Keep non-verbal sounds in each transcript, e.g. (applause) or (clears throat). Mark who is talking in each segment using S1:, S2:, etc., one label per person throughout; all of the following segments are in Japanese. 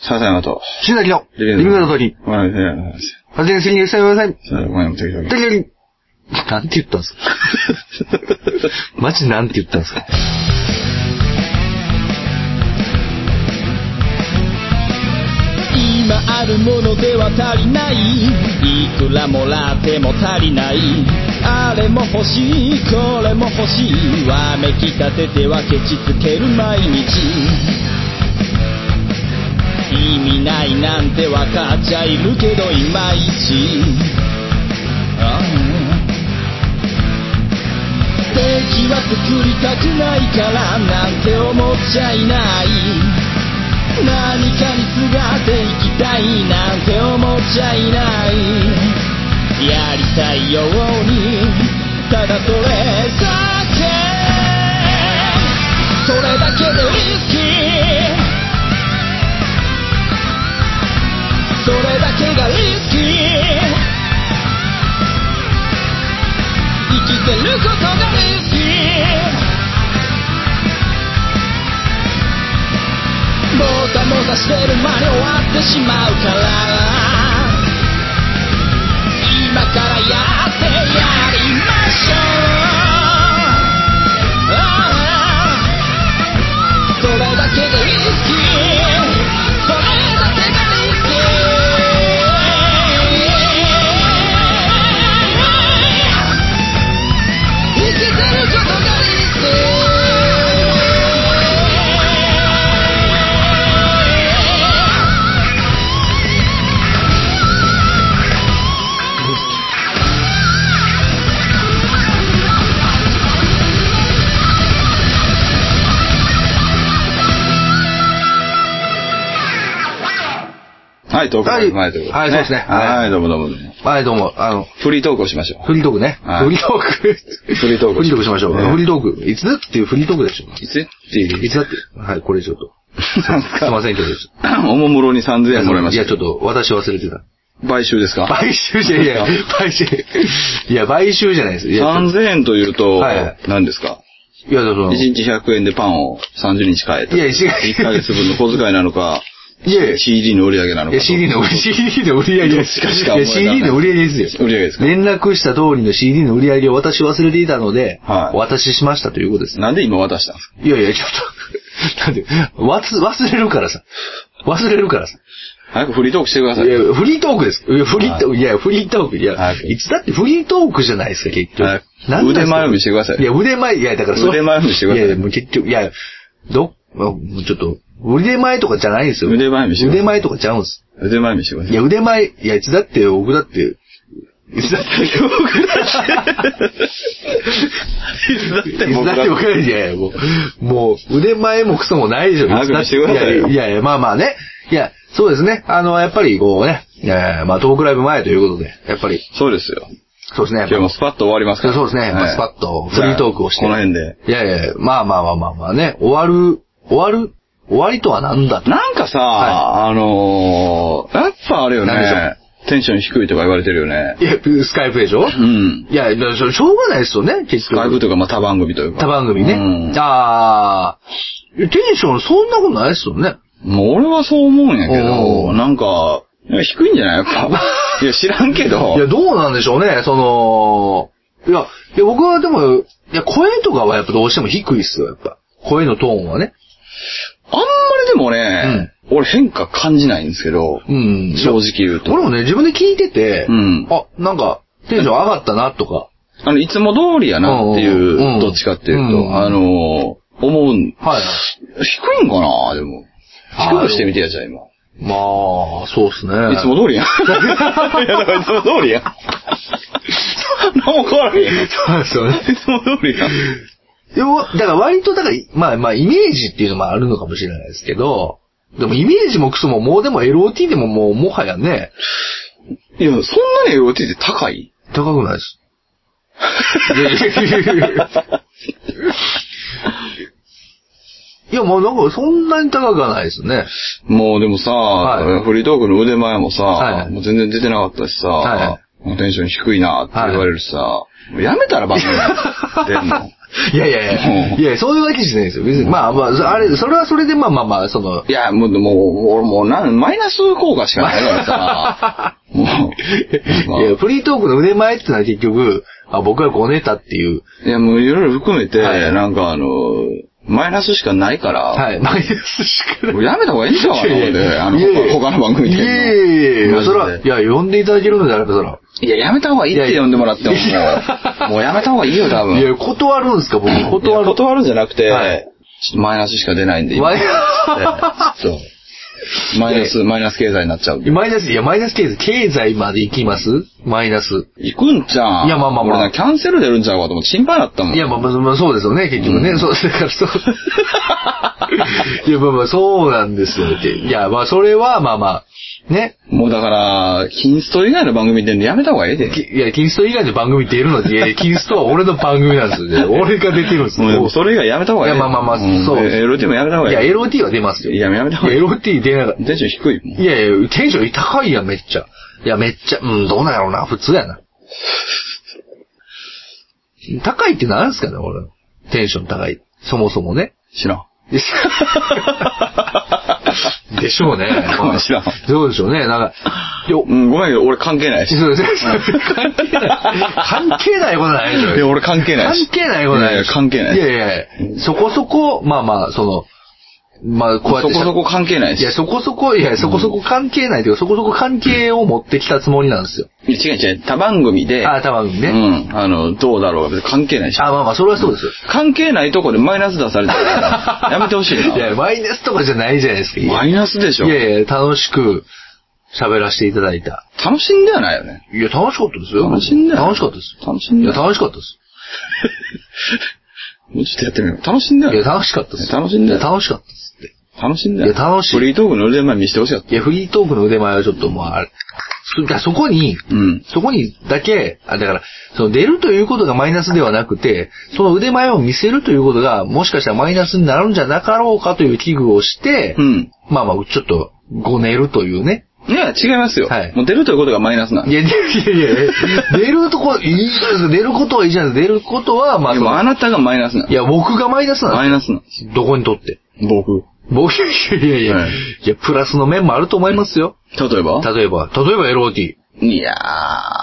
S1: 笹山と。
S2: 新崎の、リビングの時、
S1: ごめんなさい。
S2: 発言するに伝えください。
S1: さあ、ごめんなさい。
S2: 時々。なんて言ったんですかマジなんて言ったんですか
S3: 今あるものでは足りないいくらもらっても足りないあれも欲しいこれも欲しいわめきたててはケチつける毎日意味ないなんてわかっちゃいるけどいまいちああ敵は作りたくないからなんて思っちゃいない何かにすがっていきたいなんて思っちゃいないやりたいようにただそれだけそれだけでリスキーそれだけがリスキー生きてることがリスキーもたもたしてる間に終わってしまうから今からやってやりましょうああそれだけがリスキーそれだけがリスキー生きてることがリスキー
S1: はい、トークライブ前ということ
S2: はいはいそうですねはい
S1: はい、どうもどうもどうも。
S2: はい、どうも、あの、
S1: フリートークをしましょう。
S2: フリートークね。
S1: はい
S2: フリートーク。
S1: フリートーク
S2: フリートークしましょう。
S1: ね
S2: フリートーク。いつだっていうフリートークでしょ。
S1: いつっていう。
S2: いつだって。はい、これちょっと。
S1: なん
S2: すいません、ちょっと。
S1: (laughs) ん。おもむろに3000円もらいました。
S2: いや、ちょっと、私忘れてた。
S1: 買収ですか
S2: 買収じゃ、いや、買収。いや、買収じゃないです。いや、ちょっ
S1: ?3000 円というと
S2: はいはい、
S1: 何ですか
S2: といや、その、
S1: ?1
S2: い
S1: 日100円でパンを30日買えた。
S2: いや違う
S1: 1ヶ月分の小遣いなのか、
S2: や、い
S1: CD の売り上げなのか
S2: や、。CD の、CD の売り上げ
S1: ど
S2: で
S1: っ
S2: す。
S1: ちかしか思え
S2: いや、
S1: ない
S2: CD の売り上げですよ。
S1: 売り上げですか
S2: 連絡した通りの CD の売り上げを私忘れていたので、
S1: はい
S2: お渡ししましたということですね。
S1: なんで今渡したんですか
S2: いやいや、ちょっと、 (laughs) なんで、わつ、忘れるからさ。忘れるからさ。
S1: 早くフリートークしてください。
S2: いや、フリートークです。いや、フリートー
S1: は
S2: ク、いや、フリートーク、いや
S1: は、い
S2: いつだってフリートークじゃないですか、結局。
S1: はい
S2: なんなんで
S1: 腕
S2: すか
S1: 前見してください
S2: いや、腕前、いや、だから
S1: 腕前見してください
S2: いや、もう結局、いや、ど、もうちょっと、腕前とかじゃないですよ。
S1: 腕前見してください
S2: 腕前とかちゃうんです。
S1: 腕前見してくださ
S2: い
S1: い。 (laughs)
S2: や、腕前、いや、いつだって、僕だって、いつだって、僕だって。
S1: だって
S2: いつだって僕らいやいや、もう、もう、腕前もクソもないでしょ。
S1: 早く見せてくださいよ
S2: いやいや、まあまあね。いや、そうですね。あの、やっぱりこうね、えーまあトークライブ前ということで、やっぱり、
S1: そうですよ。
S2: そうですね。
S1: 今日もスパッと終わりますから。
S2: そうですね。まあスパッと、フリートークをして。
S1: じゃあこの辺で。。
S2: いやいや、まあまあまあまあまあね、終わる、終わる、終わりとはなんだと。
S1: なんかさ、
S2: は
S1: あのー、やっぱあれよ
S2: 何でしょ
S1: ね。テンション低いとか言われてるよね。
S2: いや、スカイプでし
S1: う
S2: ょ
S1: ん。
S2: いや、だからしょしょうがないですよね、結
S1: スカイプ
S2: 局。
S1: とか、まあ、他番組というか。
S2: 他番組
S1: うん
S2: ね。ああテンションそんなことないですよね。
S1: もう俺はそう思うんやけ
S2: お
S1: ど、
S2: う
S1: なんか、いや低いんじゃないやっぱ。い (laughs) や、知らんけど。
S2: いや、どうなんでしょうね、その、いや、いや僕はでも、いや、声とかはやっぱどうしても低いっすよ、やっぱ。声のトーンはね。
S1: あんまりでもね、俺変化感じないんですけど、
S2: うん。
S1: 正直言うと。
S2: 俺もね、自分で聞いてて、
S1: うん
S2: あ、なんか、テンション上がったな、とか。
S1: あの、いつも通りやなって
S2: うんうんう
S1: い
S2: ん
S1: う、どっちかっていう
S2: う
S1: と、
S2: ん
S1: あのー、思うん。
S2: はい。
S1: 低いんかなでも。低くしてみてやじゃあ、今。
S2: まあ、そうっすね。
S1: いつも通り
S2: (laughs)
S1: やん。いや、だからいつも通りやん。何も変わらへんやん。い
S2: そうですよね。
S1: (laughs) つも通りやん。
S2: でも、だから割と、だから、まあまあ、イメージっていうのもあるのかもしれないですけど、でもイメージもクソも、もうでも LOT でももう、もはやね、
S1: いや、そんなに LOT って高い
S2: 高くないです。いやいやいやいやいやいや、もうなんかそんなに高くはないですね。
S1: もうでもさ、
S2: はい
S1: フリートークの腕前もさ、
S2: はい
S1: もう全然出てなかったしさ、
S2: は
S1: テンション低いなって言われるしさ、もうやめたら番組出んの。
S2: いやいやいや、いや、そういうわけじゃないですよ。別に、まあまあ、あれ、それはそれで、まあまあまあ、その、
S1: いや、もう、もう、俺もうな、マイナス効果しかないからさ、
S2: (laughs)
S1: もう、
S2: いや、フリートークの腕前ってのは結局、あ僕はこうネタっていう、
S1: いや、もういろいろ含めて、
S2: はい
S1: なんかあの、マイナスしかないから、
S2: はい、マイナスしか
S1: もうやめた方がいいんちゃうかな、
S2: いやい
S1: 俺
S2: や
S1: あの、
S2: いやいや
S1: 他の番組
S2: い
S1: で。
S2: やいやいやいや
S1: マジで
S2: そら、いや、呼んでいただけるのであれば、そら。
S1: いや、やめた方がいいって呼んでもらっても、
S2: いやいや
S1: もう、もうやめた方がいいよ、多分。
S2: いや、断るんですか、僕。
S1: いや
S2: 断る。
S1: 断るんじゃなくて、
S2: はい
S1: ちょっとマイナスしか出ないんで、今
S2: マイナ
S1: そう。マイナス、マイナス経済になっちゃうんで。
S2: マイナス、いや、マイナス経済、経済まで行きますマイナス。
S1: 行くんちゃうん
S2: いやまあまあまあ
S1: 俺な、キャンセル出るんちゃうかと思って心配だったもん。
S2: いや、まあまあ、まあ、そうですよね、結局ね。
S1: うん
S2: そう、だからそう。 (laughs) いや、まあまあ、そうなんですよ。っていや、まあ、それは、まあまあ、ね。
S1: もうだから、キンスト以外の番組出るのやめた方がええで。
S2: きいや、キンスト以外の番組出るので、キンストは俺の番組なんですよね。
S1: (laughs)
S2: 俺が出てるんです
S1: もうでも
S2: よ。
S1: それ以外やめた方がええ。
S2: いやまあまあまあ
S1: ん
S2: そう
S1: え LT もやめた方が
S2: いや、
S1: ええ。
S2: LOT は出ますよ。
S1: いややめた方がいい
S2: いや、LOT 出なかった。
S1: テンション低いもん。
S2: いやいや、テンション高いやん、めっちゃ。いや、めっちゃ、うん、どうなんやろうな、普通やな。高いってなんですかね、俺の。テンション高い。そもそも
S1: (laughs)
S2: ね。
S1: 知らん。
S2: でしでしょうね。
S1: ごめん知らん
S2: そうでしょうね。なんか、よ、
S1: うん、ごめんけど、俺関係ない
S2: (laughs)
S1: し。
S2: そうです関係ない。関係ないことないでしょ。
S1: いや、俺関係ない
S2: 関
S1: し。
S2: 係ないことな
S1: や
S2: いい
S1: や関係ないし。
S2: いやいやいや、そこそこ、まあまあ、その、まあ、こうやっ
S1: そ
S2: て。
S1: こそこ関係ない
S2: い
S1: し。い
S2: や、そこそこ、いや、そこそこ関係ないというか、そこそこ関係を持ってきたつもりなんですよ。
S1: や違う違う、他番組で、
S2: あ、たまにね。
S1: うん、あの、どうだろうが別に関係ないし。
S2: あ、まあまあ、それはそうですよ。
S1: 関係ないとこでマイナス出されてる
S2: (laughs)
S1: から、やめてほしい
S2: いや、
S1: な。
S2: マイナスとかじゃないじゃないですか。いや
S1: マイナスでしょ。
S2: いやいや、楽しく喋らせていただいた。
S1: 楽しんではないよね。
S2: いや、楽しかったですよ。
S1: 楽しんだよ
S2: 楽しかったです。
S1: 楽しん
S2: い
S1: だ
S2: や、
S1: よ。
S2: 楽しかったです。
S1: もうちょっとやってみよう。楽しんだ
S2: いや、
S1: よ。
S2: 楽しかったです。
S1: 楽しんだよ
S2: いや楽しかったですって。
S1: 楽しんだよ。
S2: いや楽しい
S1: フリートークの腕前見してほしかった。
S2: いや、フリートークの腕前はちょっともう、あれ、そだからそこに、
S1: うん。
S2: そこにだけ、あ、だから、その出るということがマイナスではなくて、その腕前を見せるということが、もしかしたらマイナスになるんじゃなかろうかという危惧をして、
S1: うん。
S2: まあまあ、ちょっと、ごねるというね。
S1: いや、違いますよ。
S2: はい
S1: もう出るということがマイナスなん
S2: い
S1: で。
S2: や、いやいやいや、出るとこ、いいじゃないですか。出ることはいいじゃないですか。出ることは、まあ
S1: で
S2: そ
S1: もあ
S2: の、
S1: なたがマイナスなん
S2: いや、僕がマイナスなん
S1: マ
S2: で
S1: イナスなんです
S2: すよ。どこにとって。
S1: よ。僕。
S2: 僕、いやいやいや、
S1: はい
S2: い、や、プラスの面もあると思いますよ。
S1: 例えば
S2: 例えば、例えば LOT。い
S1: いやー。ちょっ
S2: や、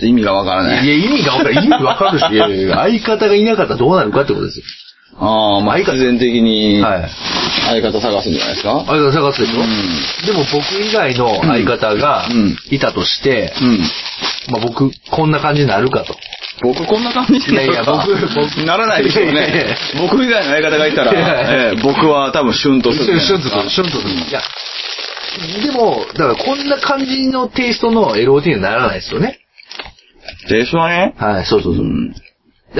S1: と意味がわから
S2: いや、
S1: ない。
S2: 意味がわかる、意味わかるし、いやいやいや相方がいなかったらどうなるかってことです
S1: ああ、まあ、
S2: 相方
S1: 必然的に、
S2: よ。はい。
S1: 相方探すんじゃないですか、
S2: 相方探すでしょ、
S1: うん。
S2: でも僕以外の相方が
S1: うん
S2: いたとして、
S1: うん。
S2: まあ僕、こんな感じになるかと。
S1: 僕こんな感じになるか
S2: いやいや僕僕
S1: ならないでしょう
S2: いやいやいや
S1: ね。僕以外の相方がいた
S2: いや
S1: ら、ええ僕は多分シュンとす
S2: シ
S1: る
S2: ュ
S1: じゃない
S2: ン
S1: です
S2: シュ
S1: か。
S2: ンとする、シュンとする。いや、でも、だからこんな感じのテイストの LOT にならないですよね。
S1: ですわね。
S2: はい、そうそう
S1: う
S2: そう。
S1: ん。
S2: だか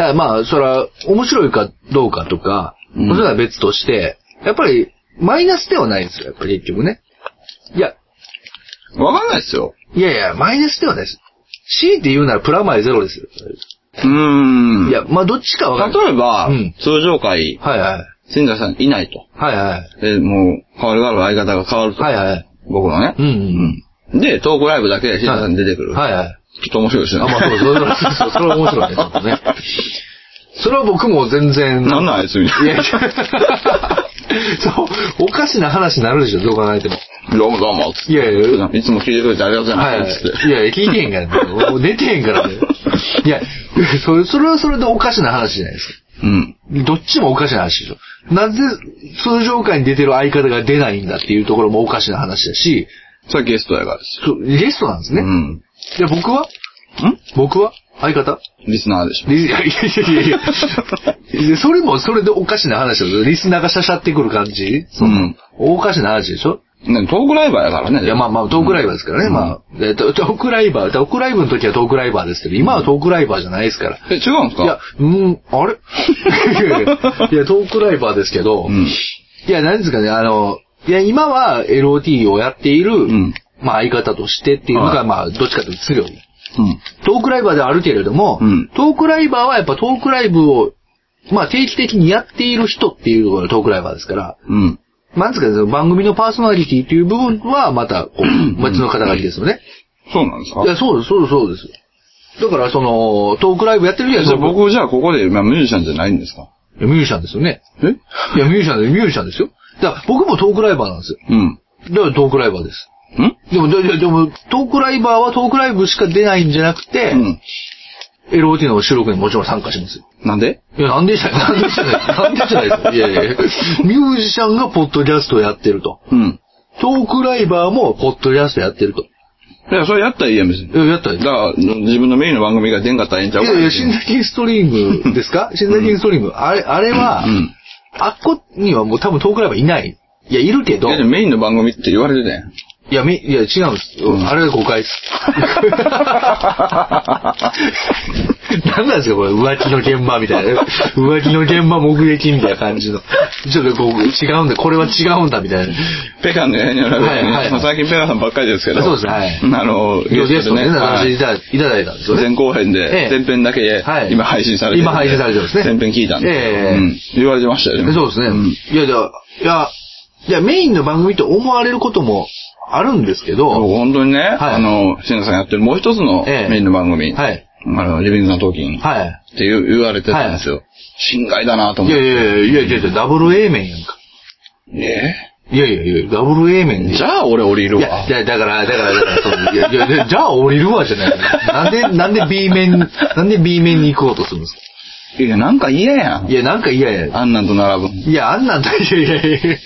S2: らまあ、そら、面白いかどうかとか、
S1: うん
S2: それは別として、やっぱり、マイナスではないんですよ、やっぱり結局ね。いや、
S1: わかんないですよ。
S2: いやいや、マイナスではないです。強いて言うならプラマイゼロですよ。
S1: うーん。
S2: いや、まあ、どっちかわかんない。
S1: 例えば、
S2: うん
S1: 通常会、
S2: はいはい。
S1: 新座さんいないと。
S2: はいはい。
S1: で、もう、変わる変わる相方が変わると。
S2: はいはい。
S1: 僕のね。
S2: うん
S1: うん。で、トークライブだけで新座さん出てくる。
S2: はいはい。
S1: ちょっと面白いです
S2: あ、
S1: よね。
S2: まあ、そうそうそうそう、それは面白いね、ちょっとね。それは僕も全然。
S1: なんなんあいつみたい
S2: い
S1: な。
S2: や、そう、おかしな話になるでしょ、どう考えても。
S1: どうもどうも、つって
S2: いやいや、
S1: いつも聞いてくれてありがとうござい
S2: はい
S1: ま
S2: は
S1: す、つって。
S2: い。いやいや、聞いてへんから、ね、もう寝てへんからね。いや、それ、それはそれでおかしな話じゃないですか。
S1: うん。
S2: どっちもおかしな話でしょ。なぜ、通常会に出てる相方が出ないんだっていうところもおかしな話だし、
S1: それはゲストやからです
S2: そうゲストなんです
S1: よ。う
S2: ね。
S1: ん。
S2: いや、僕は
S1: ん
S2: 僕は相方
S1: リスナーでしょ。
S2: リいやいやいやいやいや。それもそれでおかしな話だよ。リスナーがしゃしゃってくる感じその、
S1: うん
S2: おかしな話でしょ
S1: ね、トークライバーやからね。
S2: いや、まあまあ、トークライバーですからね。
S1: うん
S2: まあ、でトトークライバー、トークライブの時はトークライバーですけど、今はトークライバーじゃないですから。
S1: え、違うんですか
S2: いや、うん、あれ (laughs) いやいやいや、トークライバーですけど、
S1: うん。
S2: いや、なんですかね、あの、いや、今は LOT をやっている、
S1: ん
S2: まあ相方としてっていうの
S1: は
S2: が、
S1: い
S2: まあ、どっちかというと強い。
S1: うん。
S2: トークライバーではあるけれども、
S1: うん
S2: トークライバーはやっぱトークライブを、まあ定期的にやっている人っていうところがトークライバーですから、
S1: うん。 (clears throat)
S2: なんですかね、その番組のパーソナリティという部分はまたこう、別の肩書きですよね。
S1: そそうなんですか
S2: いや、そうです、そうです、そうです。だから、その、トークライブやってるじゃない
S1: じ
S2: で
S1: ゃあ
S2: すか。僕
S1: 僕、じゃあここで、まあ、ミュージシャンじゃないんですか
S2: いやミュージシャンですよね。
S1: え
S2: いや、ミュージシャンです、ミュージシャンですよ。だから、僕もトークライバーなんですよ。
S1: うん。
S2: だからトークライバーです。
S1: ん
S2: でも、でででも、トークライバーはトークライブしか出ないんじゃなくて、
S1: うん。
S2: LOT の収録にもちろん参加しますよ。
S1: なんで
S2: いや、なんでじゃない、なんでじゃない、なんでじゃないですか。いやいやいやミュージシャンがポッドキャストをやってると。
S1: うん。
S2: トークライバーもポッドキャストやってると。
S1: いや、それやったらいいやん、別に。
S2: いや、やったらいい
S1: だから、自分のメインの番組が出んかったらええんちゃう
S2: い
S1: か
S2: やいや、新崎ストリームですか新崎ストリーム。あれ、あれは、
S1: うん。
S2: あっこにはもう多分トークライバーいない。いや、いるけ
S1: い
S2: ど、
S1: や、で
S2: い
S1: もメインの番組って言われてたやん。
S2: や、め、いや、違うんです。
S1: うん
S2: あれは誤解です。 (laughs) 何なんですか、これ、浮気の現場みたいな。浮気の現場目撃みたいな感じの。ちょっとこう、違うんだ、これは違うんだ、みたいな。
S1: ペカンの屋にある
S2: はいはい
S1: まあ最近ペカさんばっかりですけど。
S2: そうですねはい
S1: あの、
S2: ゲストでね、
S1: は
S2: 話い
S1: い
S2: ただいただいたんですよね。
S1: 前後編で
S2: え、え
S1: 前編だけで
S2: は、い
S1: 今配信されてるんで
S2: 今配信されてますね
S1: 前編聞いたんで。
S2: ええ
S1: うん言われてましたよね。
S2: そうですね。
S1: ん
S2: いや、じゃあいや、いや、メインの番組と思われることもあるんですけど、
S1: 僕本当にね、あの、シンさんやってるもう一つの
S2: ええ
S1: メインの番組、
S2: はい
S1: あの、リビングさんトーキンっ
S2: はい。
S1: て言う言われてたんですよ。心外だなと
S2: い
S1: 思っ
S2: や
S1: て。
S2: いやいやいやいや、ダブル A 面やんか。
S1: え
S2: いやいやいや、ダブル A 面
S1: え
S2: で。
S1: じゃあ俺降りる
S2: い
S1: わ
S2: や、い。やだから、だから、だからそういやいやいや、じゃあ降りるわじゃないのなんで、なんで B 面、なんで B 面に行こうとするんですか
S1: いや、なんか嫌やん
S2: い。や、なんか嫌や。
S1: あんなんと並ぶの。
S2: いや、あんなんだ、いやいやいや。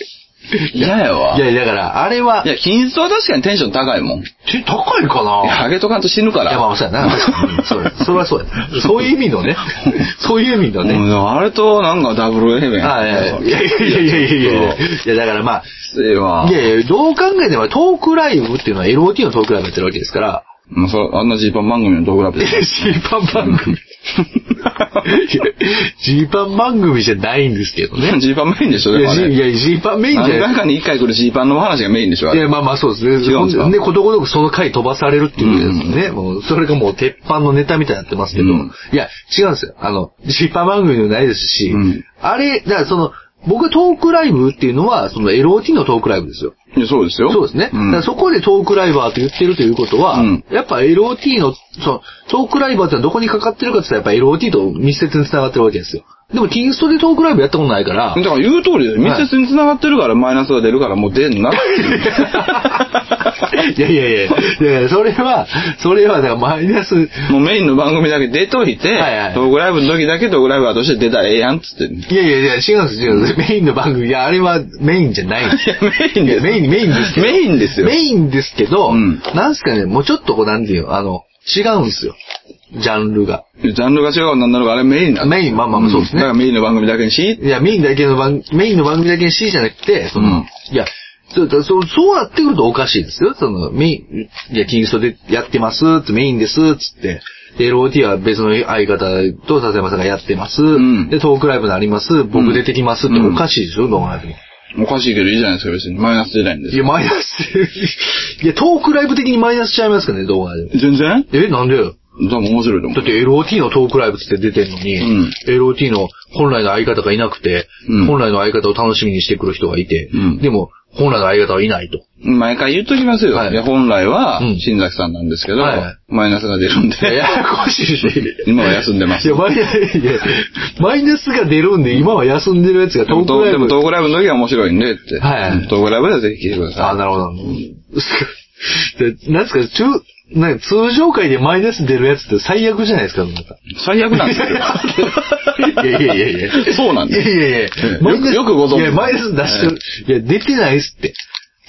S1: 嫌やわ。
S2: いや、だから、あれは、
S1: いや、均一は確かにテンション高いもん。い
S2: ち高いかな
S1: や、ハゲとかんと死ぬか
S2: い
S1: ら。
S2: や、まあ、そうやな。うんそうやそれはそうや。そういう意味のね。そういう意味のね。
S1: うんあれとなんかダブルエーベン。
S2: あいやいやいやいやいやいやいや。いや、だからま
S1: そうええわ
S2: あ、い。やいや、どう考えてもトークライブっていうのは LOT のトークライブやってるわけですから、
S1: まあ、そう、あんなジーパン番組のドグラブ
S2: (laughs)
S1: で。
S2: ジーパン番組。いや (laughs) ジーパン番組じゃないんですけどね。
S1: ジーパンメインでしょ、
S2: い
S1: でも
S2: や、
S1: あ
S2: ジ
S1: れ。
S2: ーいやジーパンメインじ
S1: 何回
S2: ゃない。
S1: かに一回来るジーパンの話がメインでしょ、あ
S2: い
S1: れ
S2: や、まあまあそうですね。
S1: 違うんですか
S2: ほで、ことごとくその回飛ばされるっていうですね。もう、それがもう鉄板のネタみたいになってますけど。
S1: うん
S2: いや、違うんですよ。あの、ジーパン番組でもないですし、
S1: うん
S2: あれ、だからその、僕はトークライブっていうのは、その LOT のトークライブですよ。
S1: いやそうですよ。
S2: そうですね。
S1: ん
S2: だからそこでトークライバーと言ってるということは、
S1: うん
S2: やっぱ LOT の、その、トークライバーってのはどこにかかってるかって言ったらやっぱ LOT と密接に繋がってるわけですよ。でも、キンストでトークライブやったことない
S1: (laughs)
S2: から、
S1: だから言う通りだよ。密接に繋がってるからマイナスが出るからもう出んな。
S2: いやいやいやいやいや、それは、それは、だからマイナス、
S1: もうメインの番組だけ出といて、
S2: (laughs) はいはい
S1: トークライブの時だけトークライブはとして出たらええやんっつって。い
S2: いやいやいや、違うんです、違うんです。メインの番組、いや、あれはメインじゃない。
S1: や、メイン
S2: い
S1: です。
S2: やメイン、メインですけど。
S1: メインですよ。
S2: メインですけど、
S1: うん
S2: なんすかね、もうちょっとこう、なんていうのあの、違うんですよ。ジャンルが。
S1: ジャンルが違うなんだろうがあれメインだ。
S2: メインまあまあまあそうですね
S1: だからメインの番組だけにし、
S2: いや、メインだけの番、メインの番組だけに C じゃなくて、その、
S1: うん
S2: いや、そう、だそう、そうなってくるとおかしいですよ。その、メイン、いや、キングストでやってます、つメインです、つって。で、LOT は別の相方と笹山さんがやってます。
S1: ん
S2: で、トークライブになります。僕出てきますって
S1: うん
S2: おかしいですよ、どうもない
S1: おかしいけどいいじゃないですか、別に。マイナス出ないんです
S2: いや、
S1: よ。
S2: マイナ (laughs) ス。いや、トークライブ的にマイナスしちゃいますかね、動画で。
S1: 全然
S2: え、なんでよ。
S1: 多分面白いと思
S2: だ
S1: う
S2: っ。て LOT のトークライブつって出てんのに、
S1: うん
S2: LOT の本来の相方がいなくて、
S1: うん
S2: 本来の相方を楽しみにしてくる人がいて、
S1: うん
S2: でも本来の相方はいないと。
S1: 毎回言っときますよ。
S2: はい
S1: いや、本来は
S2: うん、
S1: 新崎さんなんですけど、
S2: はい
S1: マイナスが出るんで、
S2: ややこしいし。
S1: 今は休んでます
S2: い。や、マイナスいやマイナスが出るんで、今は休んでるやつが
S1: で
S2: ト
S1: も
S2: ークライ
S1: でも
S2: ブ。
S1: トークライブの時は面白いんでって。
S2: はい
S1: うんトークライブではぜひ聞いてくだ
S2: あ、
S1: さ
S2: なるほど。 (laughs) でなんですか、中、なんか通常回でマイナス出るやつって最悪じゃないですか、なんか。
S1: い。最悪なんですよ。
S2: (laughs)
S1: (laughs)
S2: いやいやいやいや
S1: そうなん
S2: いや
S1: です。
S2: いやい
S1: え
S2: や、
S1: え
S2: マイナス
S1: よくご存知
S2: いや、マイナス出してる。いや、出てないっすって。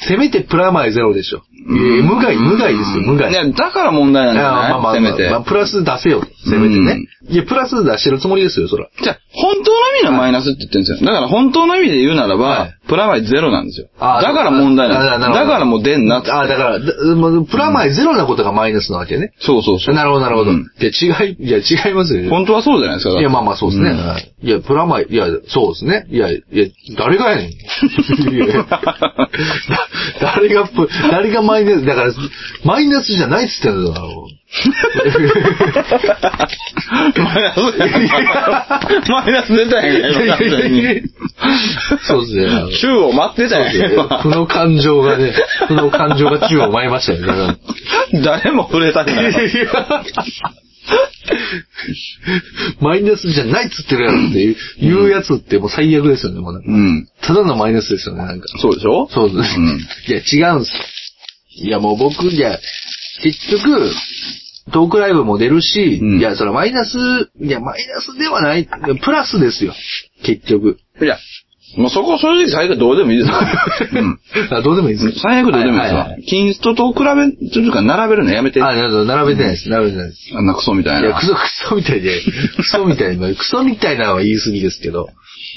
S2: せめてプラマイゼロでしょ。いやいや無害、無害ですよ、無害。
S1: いや、だから問題なん
S2: いや
S1: だ
S2: まあ
S1: よ
S2: まあ
S1: ね、せめて
S2: まあ。プラス出せよ、せめてね。いや、プラス出してるつもりですよ、そら。
S1: じゃあ本当の意味のマイナスって言ってるんですよ。だから本当の意味で言うなら
S2: は
S1: ば
S2: い、
S1: プラマイゼロなんですよ。だ
S2: あー
S1: から問題
S2: あ
S1: な
S2: ー
S1: ん
S2: な
S1: で
S2: る
S1: す
S2: ほど
S1: よ。だからもう出んなって。
S2: あだから、だもうプラマイゼロなことがマイナスなわけね。
S1: そうそうそう。
S2: なるほど、なるほど。
S1: う
S2: い
S1: ん
S2: や、違い、いや、違いますよ。
S1: 本当はそうじゃないですか。だって
S2: いや、まあまあそうですね。
S1: ん
S2: はいいや、プラマイ、いや、そうですね。いや、いや、誰がや
S1: (laughs)
S2: ねん。いやいやだ誰がプ、誰がマイナス、だから、マイナスじゃないっつってんだ
S1: (laughs)
S2: ろ。
S1: マイナス、マイナス出たやん
S2: いやいやいやいや
S1: か、
S2: そうですねあの。
S1: 中を待ってたよ、
S2: 負
S1: 今。
S2: の感情がね、負の感情が宙を舞いましたよねだから。
S1: 誰も触れたくない。
S2: マイナスじゃないっつってるやろっていう、言うやつってもう最悪ですよね、もうなんか
S1: うん。
S2: ただのマイナスですよね、なんか。
S1: そうでしょ
S2: そうです。
S1: ん
S2: いや、違うんです。いや、もう僕、いや、結局、トークライブも出るし、
S1: うん
S2: いや、それマイナス、いや、マイナスではない、プラスですよ。結局。
S1: いや、もうそこ正直最悪どうでもいいですよ。うん。
S2: (laughs) あどうでもいいです。
S1: 最悪どうでもいいです
S2: はは
S1: わ。キンストと比べ、というか並べるのやめて。
S2: あ、なるほど、並べてないです、並べてないです。
S1: あんなクソみたい
S2: いや、ク
S1: な。
S2: ソ、クソみたいで、
S1: (laughs)
S2: クソみたいな、クソみたいなのは言い過ぎですけど。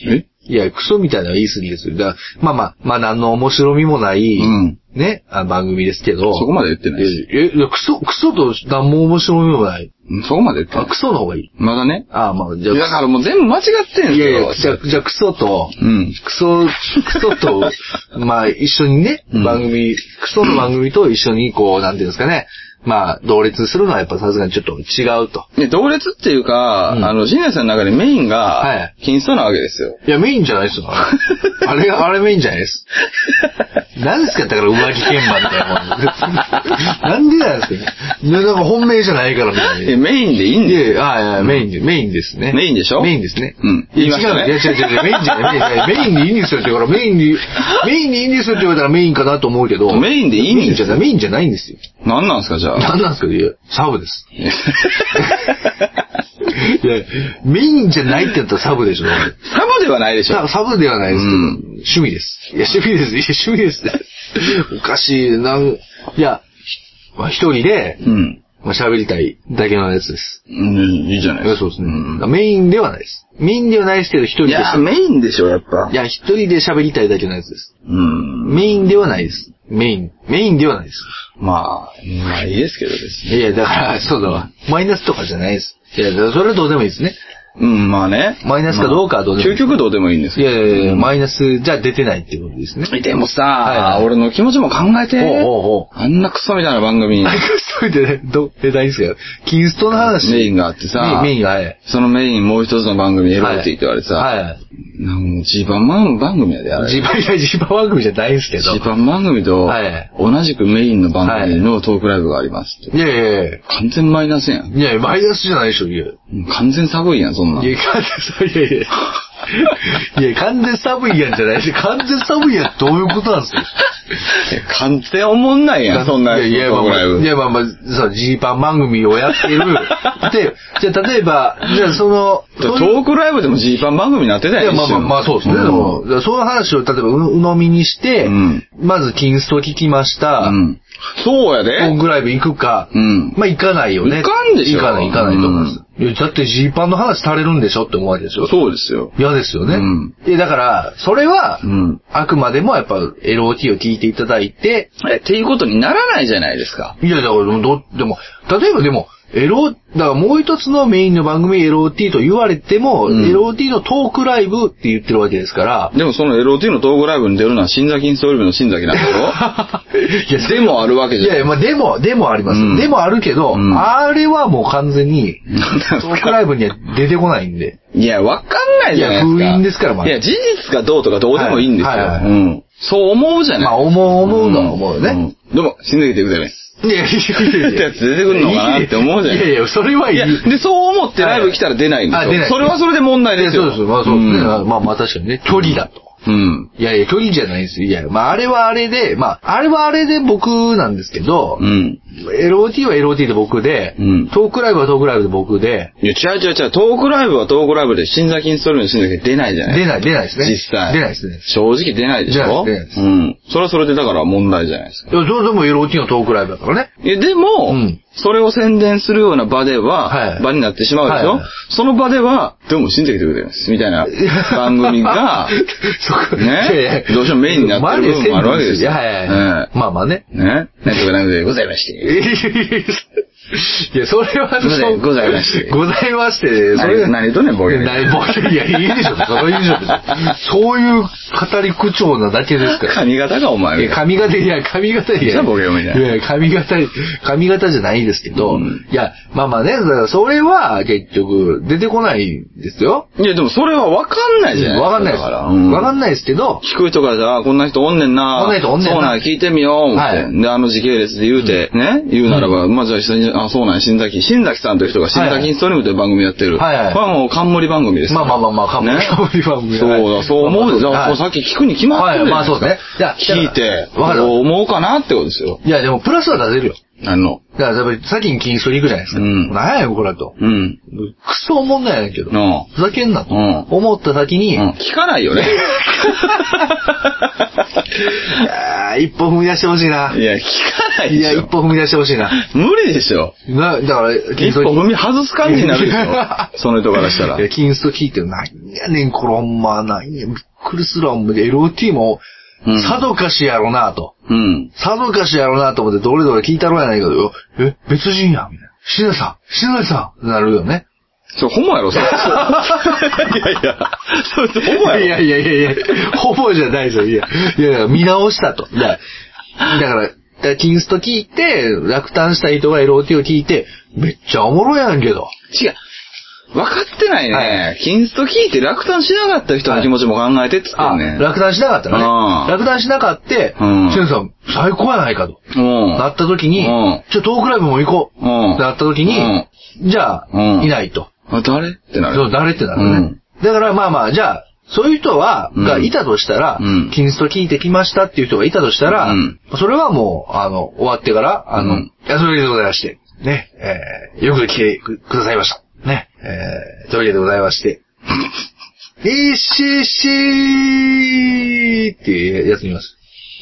S1: え
S2: いや、クソみたいなのは言い過ぎですよ。だからまあまあ、まあ何の面白みもない、
S1: うん
S2: ね、あ番組ですけど。
S1: そこまで言ってないし。
S2: え、えいやクソ、クソと何も面白みもない。
S1: うんそこまで言って
S2: あ、
S1: ない
S2: ク。ソの方がいい。
S1: まだね。
S2: あまあ、じ
S1: い
S2: ゃ
S1: や
S2: あ、
S1: だからもう全部間違ってんす
S2: い
S1: よ。
S2: やいや、じゃあ、じゃあクソと、
S1: うん。
S2: クソ、クソ (laughs) と、まあ一緒にね、
S1: うん
S2: 番組、クソの番組と一緒にこう、なんていうんですかね、まあ、同列するのはやっぱさすがにちょっと違うと。
S1: ね、同列っていうか、
S2: うん
S1: あの、陣内さんの中でメイン
S2: は
S1: が
S2: い、
S1: 金ストなわけですよ。
S2: いや、メインじゃないです (laughs) よ。あれが、あれメインじゃないです。何ですかだから、上着鍵盤みたい (laughs) なもん。なんでなんですかね。なんか本命じゃないからみたい
S1: え、
S2: な。
S1: メインでいい (laughs) ん
S2: い
S1: で
S2: やいや、あいやメインで、メインですね。
S1: メインでしょ
S2: メインですね。
S1: うん
S2: い
S1: 言い
S2: や、
S1: まし
S2: 違
S1: た
S2: う。
S1: ね
S2: いや、違う違う違う。メインじゃない。メインじゃない。メインでいいんですよって言うから、メイ
S1: (laughs)
S2: ンに、メインでいいんですよって言われたらメインかなと思うけど。
S1: メインでいいんですよ
S2: メインじゃない。メインじゃないんですよ。
S1: 何なんすか、じゃあ。
S2: 何なんですかいや、サブです。 (laughs) いや、メインじゃないって言ったらサブでしょ。
S1: サブではないでしょ
S2: サ。サブではないですけど、
S1: うん
S2: 趣味です。いや、趣味です。いや、趣味
S1: (laughs)
S2: ですって。おかしいな。いや、まあ、一人で、
S1: うん。
S2: まあ、喋りたいだけのやつです。
S1: うん、いいじゃない
S2: いやそうですね。
S1: ん
S2: メインではないです。メインではないですけど、一人
S1: い
S2: で。
S1: や、メインでしょ、やっぱ。
S2: いや、一人で喋りたいだけのやつです。
S1: うん。
S2: メインではないです。メイン。メインではないです。
S1: まあ、まあいいですけどですね。
S2: いや、だから、そうだわ。マイナスとかじゃないです。いや、だからそれはどうでもいいですね。
S1: うん、まあね。
S2: マイナスかどうかはどうでもいい
S1: 究極どうでもいいんです
S2: い
S1: よ
S2: やいやいや、マイナスじゃ出てないってことですね。
S1: でもさ、
S2: いはい
S1: 俺の気持ちも考えて。
S2: おうおう (laughs) おう
S1: あんなクソみたいな番組に
S2: マイナスといてね、ど、え、大事ですよ。キンストの話。
S1: メインがあってさ、
S2: メインメインが、はい。
S1: そのメインもう一つの番組エロいって言われてさ、
S2: はい。
S1: なんかジバマン番組やで、あれ。
S2: 自分が自分番組じゃないんですけど。
S1: ジバ番組と
S2: はい、
S1: 同じくメインの番組のトークライブがありますって。
S2: いやいやいや。
S1: 完全マイナスやん。
S2: いやいや、マイナスじゃないでしょ、いや。
S1: 完全寒いやん、そんなん。
S2: いや、完全、いやいや。いや、完全寒いやんじゃないし、完全寒いやんどういうことなんですか
S1: 完全おもんないやん、そんなやつ
S2: いやいや、
S1: トー
S2: まあ
S1: ク
S2: まあ、
S1: ライブ
S2: いやまあまあ、そう、ジーパン番組をやってる。で、じゃあ例えば、じゃあその、
S1: ト
S2: そういう
S1: ークライブでもジーパン番組になってた
S2: い
S1: や
S2: や、
S1: ん。
S2: まあまあ、
S1: 一緒
S2: まあそうですね。でもだからその話を、例えば、う鵜呑みにして、
S1: うん
S2: まず、キンスト聞きました。
S1: うん。そうやで。
S2: トークライブ行くか、
S1: うん。
S2: まあ行かないよね。
S1: 行かんでしょ
S2: 行かない、行かないと思います。いや、だってジーパンの話されるんでしょって思うわけでしょ。
S1: そうですよ。
S2: 嫌ですよね。
S1: うん
S2: いや、だから、それは、
S1: うん。
S2: あくまでもやっぱ LOT を聞いていただいて、
S1: え、っていうことにならないじゃないですか。
S2: いや、だからど、でも、例えばでも、LO、だからもう一つのメインの番組 LOT と言われても、
S1: うん
S2: LOT のトークライブって言ってるわけですから、
S1: でもその LOT のトークライブに出るのは新崎インストール部の新崎なん
S2: (laughs)
S1: でしょ (laughs) いや、でもあるわけ
S2: い
S1: じゃ
S2: や
S1: ない
S2: いや、まあ、でも、でもあります。
S1: うん
S2: でもあるけど、
S1: うん
S2: あれはもう完全に、
S1: なんですか
S2: トークライブには出てこないんで。
S1: いや、わかんないじゃないですか。
S2: いや封印ですからま
S1: い
S2: だ
S1: や、事実かどうとかどうでもいいんですよ。
S2: はいはいはい
S1: うん。そう思うじゃない。
S2: まあ、思う、思うのは思うね。
S1: うん。でも、新崎って言うじゃないです。
S2: いやいやいやいや。
S1: 出てくんのかなって思うじゃない
S2: いやいや、それはい
S1: い
S2: い。
S1: や、で、そう思ってライブ来たら出ないんですよ。
S2: はいあ出ない
S1: それはそれで問題
S2: い
S1: で
S2: や
S1: す
S2: そう
S1: よ。
S2: です。まあ、そうですね。まあ、まあ、確かにね、距離だと。
S1: うん。
S2: いやいや、距離じゃないですよ。いや、まあ、あれはあれで、まあ、あれはあれで僕なんですけど、
S1: うん。うん。
S2: LOT は LOT で僕で、
S1: うん
S2: トークライブはトークライブで僕で、
S1: いや、違う違う違う、トークライブはトークライブで、新崎インストールの新崎出ないじゃない
S2: 出ない、出ないですね。
S1: 実際。
S2: 出ないですね。
S1: 正直出ないでしょ
S2: 出ないです
S1: う
S2: 出
S1: ん。それはそれでだから問題じゃないですか。
S2: いや、それでも LOT のトークライブだからね。
S1: え、でも、
S2: うん
S1: それを宣伝するような場では、
S2: はい
S1: 場になってしまうでしょ、
S2: はいはい
S1: その場では、どうも新崎でございます、みたいな番組が、
S2: (laughs) そこ
S1: ね
S2: いやいや
S1: どうしてもメインになってる部分もあるわけですよ
S2: マジ宣伝いやいやいや
S1: ええ
S2: まあまあね。
S1: ね、なんとかなんとかでございまして。
S2: いやいやいや (laughs) いや、それは
S1: ござい
S2: そう
S1: ございまして
S2: ございまして、それ
S1: 何何とねボケ
S2: いや何ボケいや、いいでしょ、それはいいでしょ別に。そういう語り口調なだけですから。
S1: 髪型がお前
S2: いや、髪型、いや、髪型、い
S1: じゃ
S2: や、
S1: あボケ読みじゃない
S2: いや、髪型、髪型じゃないですけど、
S1: うん
S2: いや、まあまあね、だからそれは結局出てこないですよ。
S1: いや、でもそれはわかんないじゃない
S2: わかんないで
S1: だか
S2: す。
S1: ら。
S2: わ、
S1: うん
S2: かんないですけど、
S1: 聞く人がじゃあ、こんな人おんねんな。
S2: こんな人おんねんな
S1: そうなんや聞いてみよう、思って。
S2: はい
S1: で、あの時系列で言うて、ね、言うならば、まあじゃあ一緒に、あ、そうなんや、新崎、新崎さんという人が、新
S2: はいは
S1: 崎
S2: い
S1: インストリームという番組やってる。
S2: はいはい
S1: これはもう冠番組です
S2: ま
S1: か
S2: あ
S1: ら。
S2: まあまあまあ、かも、
S1: ね
S2: かもり番組
S1: そうだ、そう思うで、じゃあ、
S2: はい
S1: もうさっき聞くに決まってるじゃない
S2: はいまあそうですね
S1: 聞
S2: い
S1: い
S2: や
S1: て、
S2: わかる
S1: どう思うかなってことですよ。
S2: いや、でもプラスは出せるよ。
S1: あの、
S2: だから、やっぱり先に筋トレ行くじゃないですか。
S1: うん
S2: なんやよ、これと。
S1: うん。
S2: クソおもんないやんけど。
S1: うん
S2: ふざけんなと。
S1: うん
S2: 思った先に、
S1: うん聞かないよね。
S2: (laughs) いやー一歩踏み出してほしいな。
S1: いや、聞かない
S2: い
S1: で
S2: や、
S1: し
S2: 一
S1: ょ。
S2: 歩踏み出してほしいな。
S1: 無理でしょ。
S2: な、だから、
S1: 一歩踏み外す感じになるでし
S2: (laughs)
S1: ょ。その人からしたら
S2: い。や、キンスト聞いてる。なんやねん、これほんま、なんや、びっくりするわ、ほんま LOT も、
S1: うん
S2: さぞかしやろなと。
S1: うん。
S2: さぞかしやろなと思って、どれどれ聞いたろうやないけど、え、別人やん、みたいな。しなさん、しなさんってなるよね。
S1: それ、ホモやろ、
S2: (laughs)
S1: それ。いやいや、それ、ホモ
S2: い
S1: や
S2: や
S1: ろ。
S2: いやいやいや、ほぼじゃないですよ。いや、いや、だから見直したと。だから、だから、だからキンスト聞いて、落胆した人が LOT を聞いて、めっちゃおもろいやんけど。
S1: 違う。分かってない
S2: は
S1: ね。金スト聞いて落胆しなかった人の気持ちも考えてっつって
S2: あ、
S1: んね。
S2: 落胆しなかったの
S1: うん
S2: ね。落胆しなかった、シ
S1: うん
S2: ュンさん、最高やないかと。
S1: うん。
S2: なった時に
S1: うん、
S2: じゃあトークライブも行こう。って
S1: うん
S2: なった時に、じゃ
S1: うん
S2: あ、いないと。
S1: あ、誰ってなる。
S2: そう誰ってなるね。だからまあまあ、じゃあ、そういう人は、
S1: うん
S2: がいたとしたら
S1: うん、
S2: キンスト聞いてきましたっていう人がいたとしたら
S1: うん、
S2: それはもう、あの、終わってから、あ
S1: う
S2: の
S1: ん、
S2: やそれでございまして、ね、えーよく聞いてくくださいました。ね、えートイレでございま
S1: (laughs)
S2: して、いしーしーっていうやつ見ます。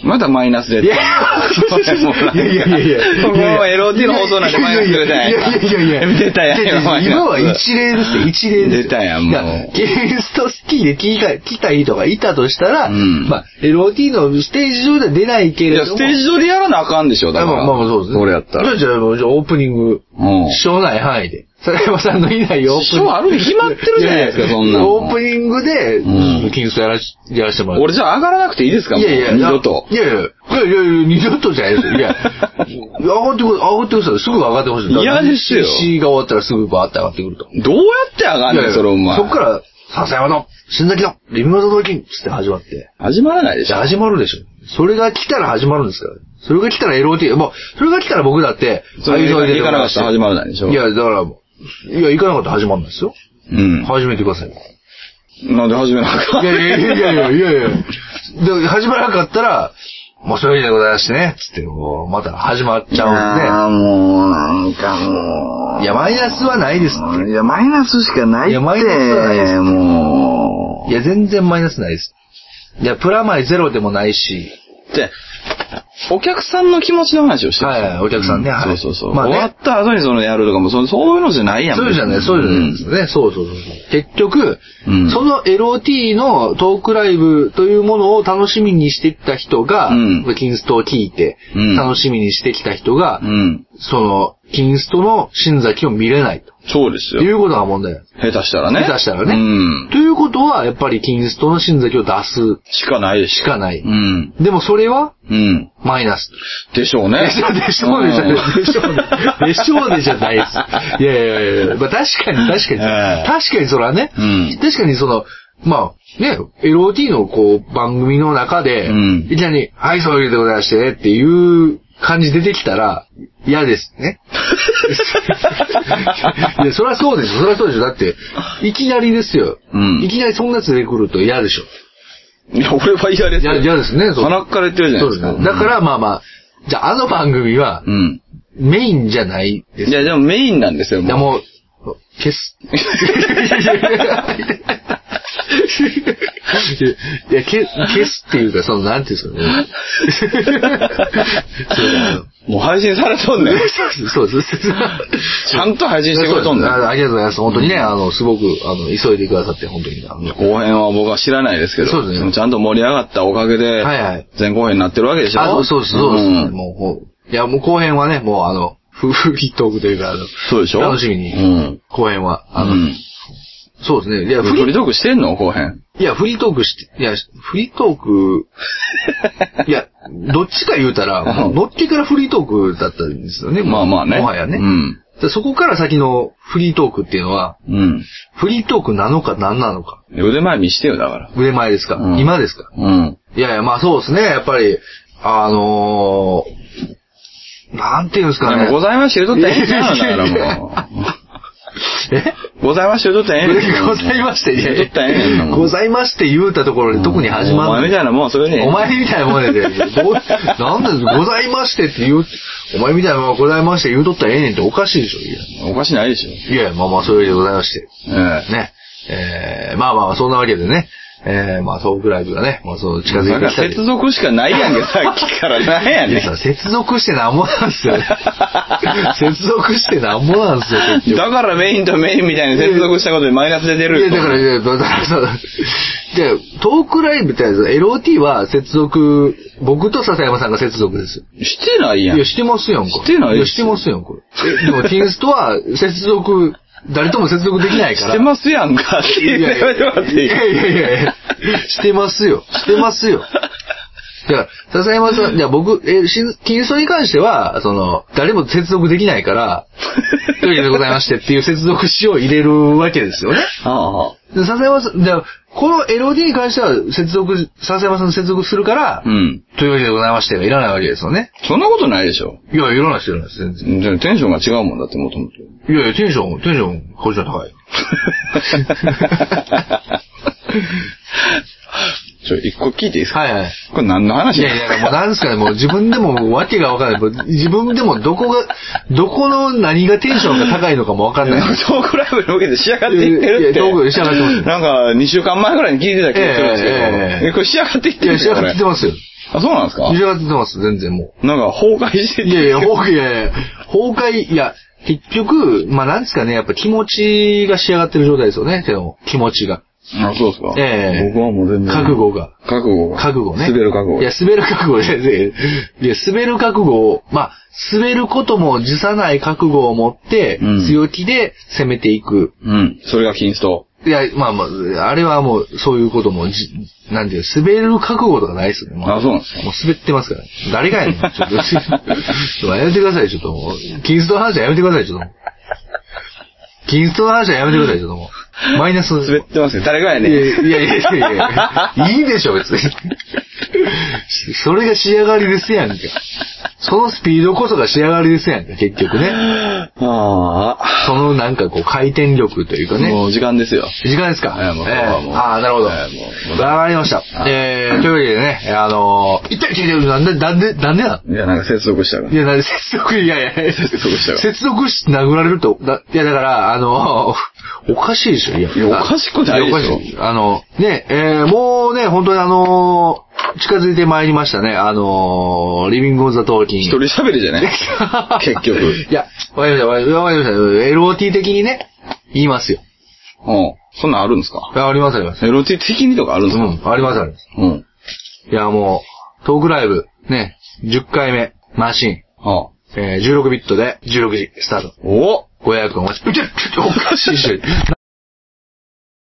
S1: まだマイ (laughs) ナスで。
S2: いやいやいやいやいや。
S1: ここは LOT の放送なんでマイナス出たやん。
S2: いやいやいやいや。
S1: 出たやん。
S2: 今は一例ですよ、一例です。
S1: 出たやんもう
S2: いキリストスキーで聞いた、来た人がいたとしたら、
S1: うん
S2: まあ、LOT のステージ上では出ないけ
S1: いや、
S2: れども。
S1: ステージ上でやらなあかんでしょ、だ
S2: まあ
S1: か
S2: ま
S1: ら。
S2: あまあそうですね。
S1: 俺やったら。
S2: じゃあ、じゃあじゃあオープニング、
S1: うん。
S2: しょうない範囲で。佐山さんのいないオープニング。
S1: しょうあるに決まってるじゃないですか
S2: やや
S1: そんなの
S2: オープニングで、
S1: うん
S2: キリストやらしやらせてもらって。
S1: 俺じゃあ上がらなくていいですか
S2: いやいや、
S1: もう二度と
S2: い。やいや、いやいやいや、二度とじゃないですよ。いや、上がってくる、上がってください。すぐ上がってほしい。
S1: 嫌ですよ
S2: C が終わったらすぐバーって上がってくると。
S1: どうやって上がん
S2: い
S1: ね
S2: やい
S1: ん、
S2: や
S1: それお前。
S2: そっから、笹山の、新崎の、リムワザドキン、つって始まって。
S1: 始まらないでし
S2: じゃ
S1: ょ。
S2: あ始まるでしょ。それが来たら始まるんですから。それが来たら LOT、もう、それが来たら僕だって、
S1: それ行かなかったら始まらないでしょ
S2: いや、だから、いや、行かなかったら始まんないですよ。
S1: うん。
S2: 始めてください。
S1: なんで始めなあかん
S2: いやいやいやいやいやいやいや。で、始まらなかったら、もうそれでございましてね、つって、もう、また始まっちゃうん
S1: あーもう、なんかも
S2: で。いや、マイナスはないですっ
S1: いや、マイナスしかない
S2: いやマイナスはないです
S1: も
S2: て。いや、全然マイナスないです。いや、プラマイゼロでもないし、
S1: で、お客さんの気持ちの話をしてる
S2: はいはいお客さんね
S1: う
S2: はい
S1: そうそうそう。
S2: まあね
S1: 終わった後にそのやるとかも、そそういうのじゃないやん。
S2: そうじゃない、そうじゃないです
S1: ん。
S2: ね。そうそうそう。結局、
S1: うん
S2: その LOT のトークライブというものを楽しみにしてきた人が、
S1: うん
S2: キンストを聞いて
S1: うん、
S2: 楽しみにしてきた人が、
S1: うん。
S2: その、キンストの新崎を見れないと。
S1: そうです
S2: い
S1: よ。
S2: うことが問題なんです。
S1: 下手したらね。
S2: 下手したらね
S1: うん。
S2: ということは、やっぱりキンストの新崎を出す
S1: しかないでし
S2: しかな
S1: ょ。
S2: い。
S1: うん。
S2: でもそれは、
S1: うん。
S2: マイナス。
S1: でしょうね。
S2: (laughs) でしょ、でしょうね、じゃないでしょうね。でしょうね、じゃないです。いやいやいやいやまあ確かに、確かに。
S1: ええ
S2: 確かにそれはね
S1: うん。
S2: 確かにその、まあ、ね、LOT のこう、番組の中で
S1: うん、
S2: いきなり、はい、そういうでございましてね、っていう感じ出てきたら、嫌です
S1: (laughs)
S2: ね。いや、そりゃそうでしょ、そりゃそうでしょ。だって、いきなりですよ。
S1: うん
S2: いきなりそんなやつで来ると嫌でしょ。
S1: うん。いや、俺は嫌ですよ。
S2: 嫌嫌ですね、そう。
S1: 鼻から言ってるじゃな
S2: そ
S1: いうで
S2: ですす
S1: か。
S2: ね。だから、まあまあ、じゃあ、あの番組は、
S1: うん。
S2: メインじゃないです。
S1: いや、でもメインなんですよ、
S2: いや、
S1: もう。
S2: もう、消
S1: (laughs)
S2: す。いや、消消すっていうか、その、なんていうん
S1: (laughs)
S2: ですかね。
S1: もう配信されとんねん。
S2: そうそうです。
S1: ちゃんと配信してくれとんねん。
S2: あありがとうございます。本当にね、あの、すごく、あの、急いでくださって、本当に。あの
S1: 後編は僕は知らないですけど、
S2: そうですね
S1: ちゃんと盛り上がったおかげで、
S2: はいはい
S1: 前後編になってるわけでしょ
S2: あ、そうそうです、そうです。
S1: ん
S2: もう、ほういや、もう後編はね、もうあの、フリートークというか、あの、
S1: そうでしょ
S2: 楽しみに
S1: うん。
S2: 公演は。あの、
S1: うん。
S2: そうですね。いや、フ
S1: フ
S2: リ
S1: リートークしてんの後編。
S2: いや、フリートークして、いや、フリート
S1: (laughs)
S2: ーク、いや、どっちか言うたら、
S1: うん
S2: 乗っけからフリートークだったんですよね。
S1: まあまあね。
S2: もはやね。
S1: うん。
S2: でそこから先のフリートークっていうのは、
S1: うん。
S2: フリートークなのか何なのか。
S1: 腕前見してよ、だから。
S2: 腕前ですか、
S1: うん
S2: 今ですか
S1: うん。
S2: いやいや、まあそうですね。やっぱり、あのー、なんていうんです
S1: で
S2: かね。
S1: も、ございまして言うとったらええじゃん、だからも
S2: (laughs)
S1: (laughs)
S2: え
S1: う。ございまして言うとったらええねん
S2: (laughs) ございまして、
S1: 言うとったらええねんな。
S2: (laughs) ございまして言うたところで特に始ま
S1: お前
S2: る
S1: みたいなもん、それね。
S2: お前みたいなもんやで。ごなんでございましてって言う、お前みたいなもんございまして言うとったらええねんっておかしいでしょ。い
S1: おかしないでしょ。
S2: や、いやまあまあ、それでございまして。
S1: ええ。
S2: ね。えー、まあまあ、そんなわけでね。えー、まあ、トークライブがね、まあ、そう、近づ
S1: ないん
S2: て
S1: か
S2: きたり
S1: 接続しかないやんけ、さっきから。なんや
S2: い
S1: ね
S2: やさ
S1: ん。
S2: 接続してなんぼな
S1: (laughs)
S2: んすよ。接続してなんぼなんすよ、結局
S1: だからメインとメインみたいに接続したことでマイナスで出る。
S2: いや、だから、いやだからさ、じゃあトークライブってやつ、LOT は接続、僕と笹山さんが接続ですよ。
S1: してないやん。
S2: いや、してますやんか。
S1: してない
S2: いや、
S1: です
S2: してますやんか。えでも、ティーンストは接続、誰とも接続できないか
S1: し
S2: ら。
S1: てますやんかって
S2: いや
S1: 言
S2: いやいや
S1: ってもらってい
S2: い
S1: い
S2: (laughs) やいやいやしてますよ。してますよ。じゃあ、笹山さん、じゃあ僕、え、しティーンストに関しては、その、誰も接続できないから、というわけでございましてっていう接続詞を入れるわけですよね。
S1: ああ。
S2: で笹山さん、じゃあこの LOD に関しては接続、笹山さんと接続するから、
S1: うん。
S2: というわけでございましてがいらないわけですよね。
S1: そんなことないでしょ。
S2: いや、いらないです、いらないです、全然。
S1: でもテンションが違うもんだって、もともと。 (laughs)
S2: いやいや、テンション、テンション、こっちの方が高い。
S1: ちょ、一個聞いていいですか
S2: はいはい。
S1: これ何の話
S2: いやいや、もうなんですかね、もう自分でもわけがわからないもう。自分でもどこが、どこの何がテンションが高いのかもわかんない。
S1: トークライブに向けて仕上がっていってるって。
S2: いやいやトーク仕上がってます
S1: なんか、2週間前ぐらいに聞いてた気がするんですけど
S2: ええええええ
S1: え。これ仕上がっていっ
S2: い
S1: てるん
S2: や、
S1: です
S2: 仕上
S1: よ
S2: がって
S1: こ
S2: ますよ。
S1: れあ、そうなんですか
S2: 仕上がってます、全然もう。
S1: なんか崩壊 (laughs) してて
S2: いやいや、崩壊、いやいや、崩壊、いや、結局、まあなんですかね、やっぱ気持ちが仕上がってる状態ですよね、けど、気持ちが。
S1: あ、そうですか
S2: ええ
S1: 僕はもう全然。
S2: 覚悟が。
S1: 覚悟が。
S2: 覚悟ね。
S1: 滑る覚悟
S2: いや、
S1: が。
S2: 滑る覚悟で、いや、滑る覚悟を、まあ、滑ることも辞さない覚悟を持って
S1: うん、
S2: 強気で攻めていく。
S1: うん。それが金スト。
S2: いや、まあまあ、あれはもう、そういうこともじ、なんていう、滑る覚悟とかないっすね。も
S1: あ、そうなんですか
S2: もう滑ってますから。誰がやねん。ちょっと、ちょっとやめてください、ちょっともう。キンストの話はやめてください、ちょっともう。キンストの話はやめてください、ちょっともう。マイナス。
S1: 滑ってますね。誰がやね
S2: いや
S1: ん。
S2: いやいやいやいやいいでしょ、別に。それが仕上がりですやんか。そのスピードこそが仕上がりですやんか、結局ね。
S1: ああ。
S2: そのなんかこう回転力というかね。
S1: もう時間ですよ。
S2: 時間ですか
S1: ええもう
S2: ええ
S1: もう
S2: ああ、なるほど。
S1: え
S2: わ
S1: えもうもう
S2: かりました。ええというわけでね、あのー、いったいったいったなんで、なんで、なんでなん
S1: いや、なんか接続したから
S2: い。や、なんで、接続、いやいや、接
S1: 続したよ
S2: 接続し、殴られると、だいや、だから、あの (laughs) ー、おかしいでしょ、いや。
S1: いやおかしくないでしょ
S2: やおかいあの、ね、えー、もうね、本当にあのー、近づいてまいりましたね、あのー、リビング・オン・ザ・トーキン。
S1: 一
S2: (laughs)
S1: 人喋りじゃない結局。
S2: いや、わかりました、わかりました。LOT 的にね、言いますよ。
S1: うん。そんなんあるんですか
S2: あります、あります。
S1: ?LT 的にとかあるんで
S2: う
S1: すか
S2: ん、あります、あります。
S1: うん。
S2: いや、もう、トークライブ、ね、10回目、マシン、
S1: ああ。
S2: えー、16ビットで16時スタート。
S1: お
S2: 500円お待ち。うちょ、ちょ、おかしいし。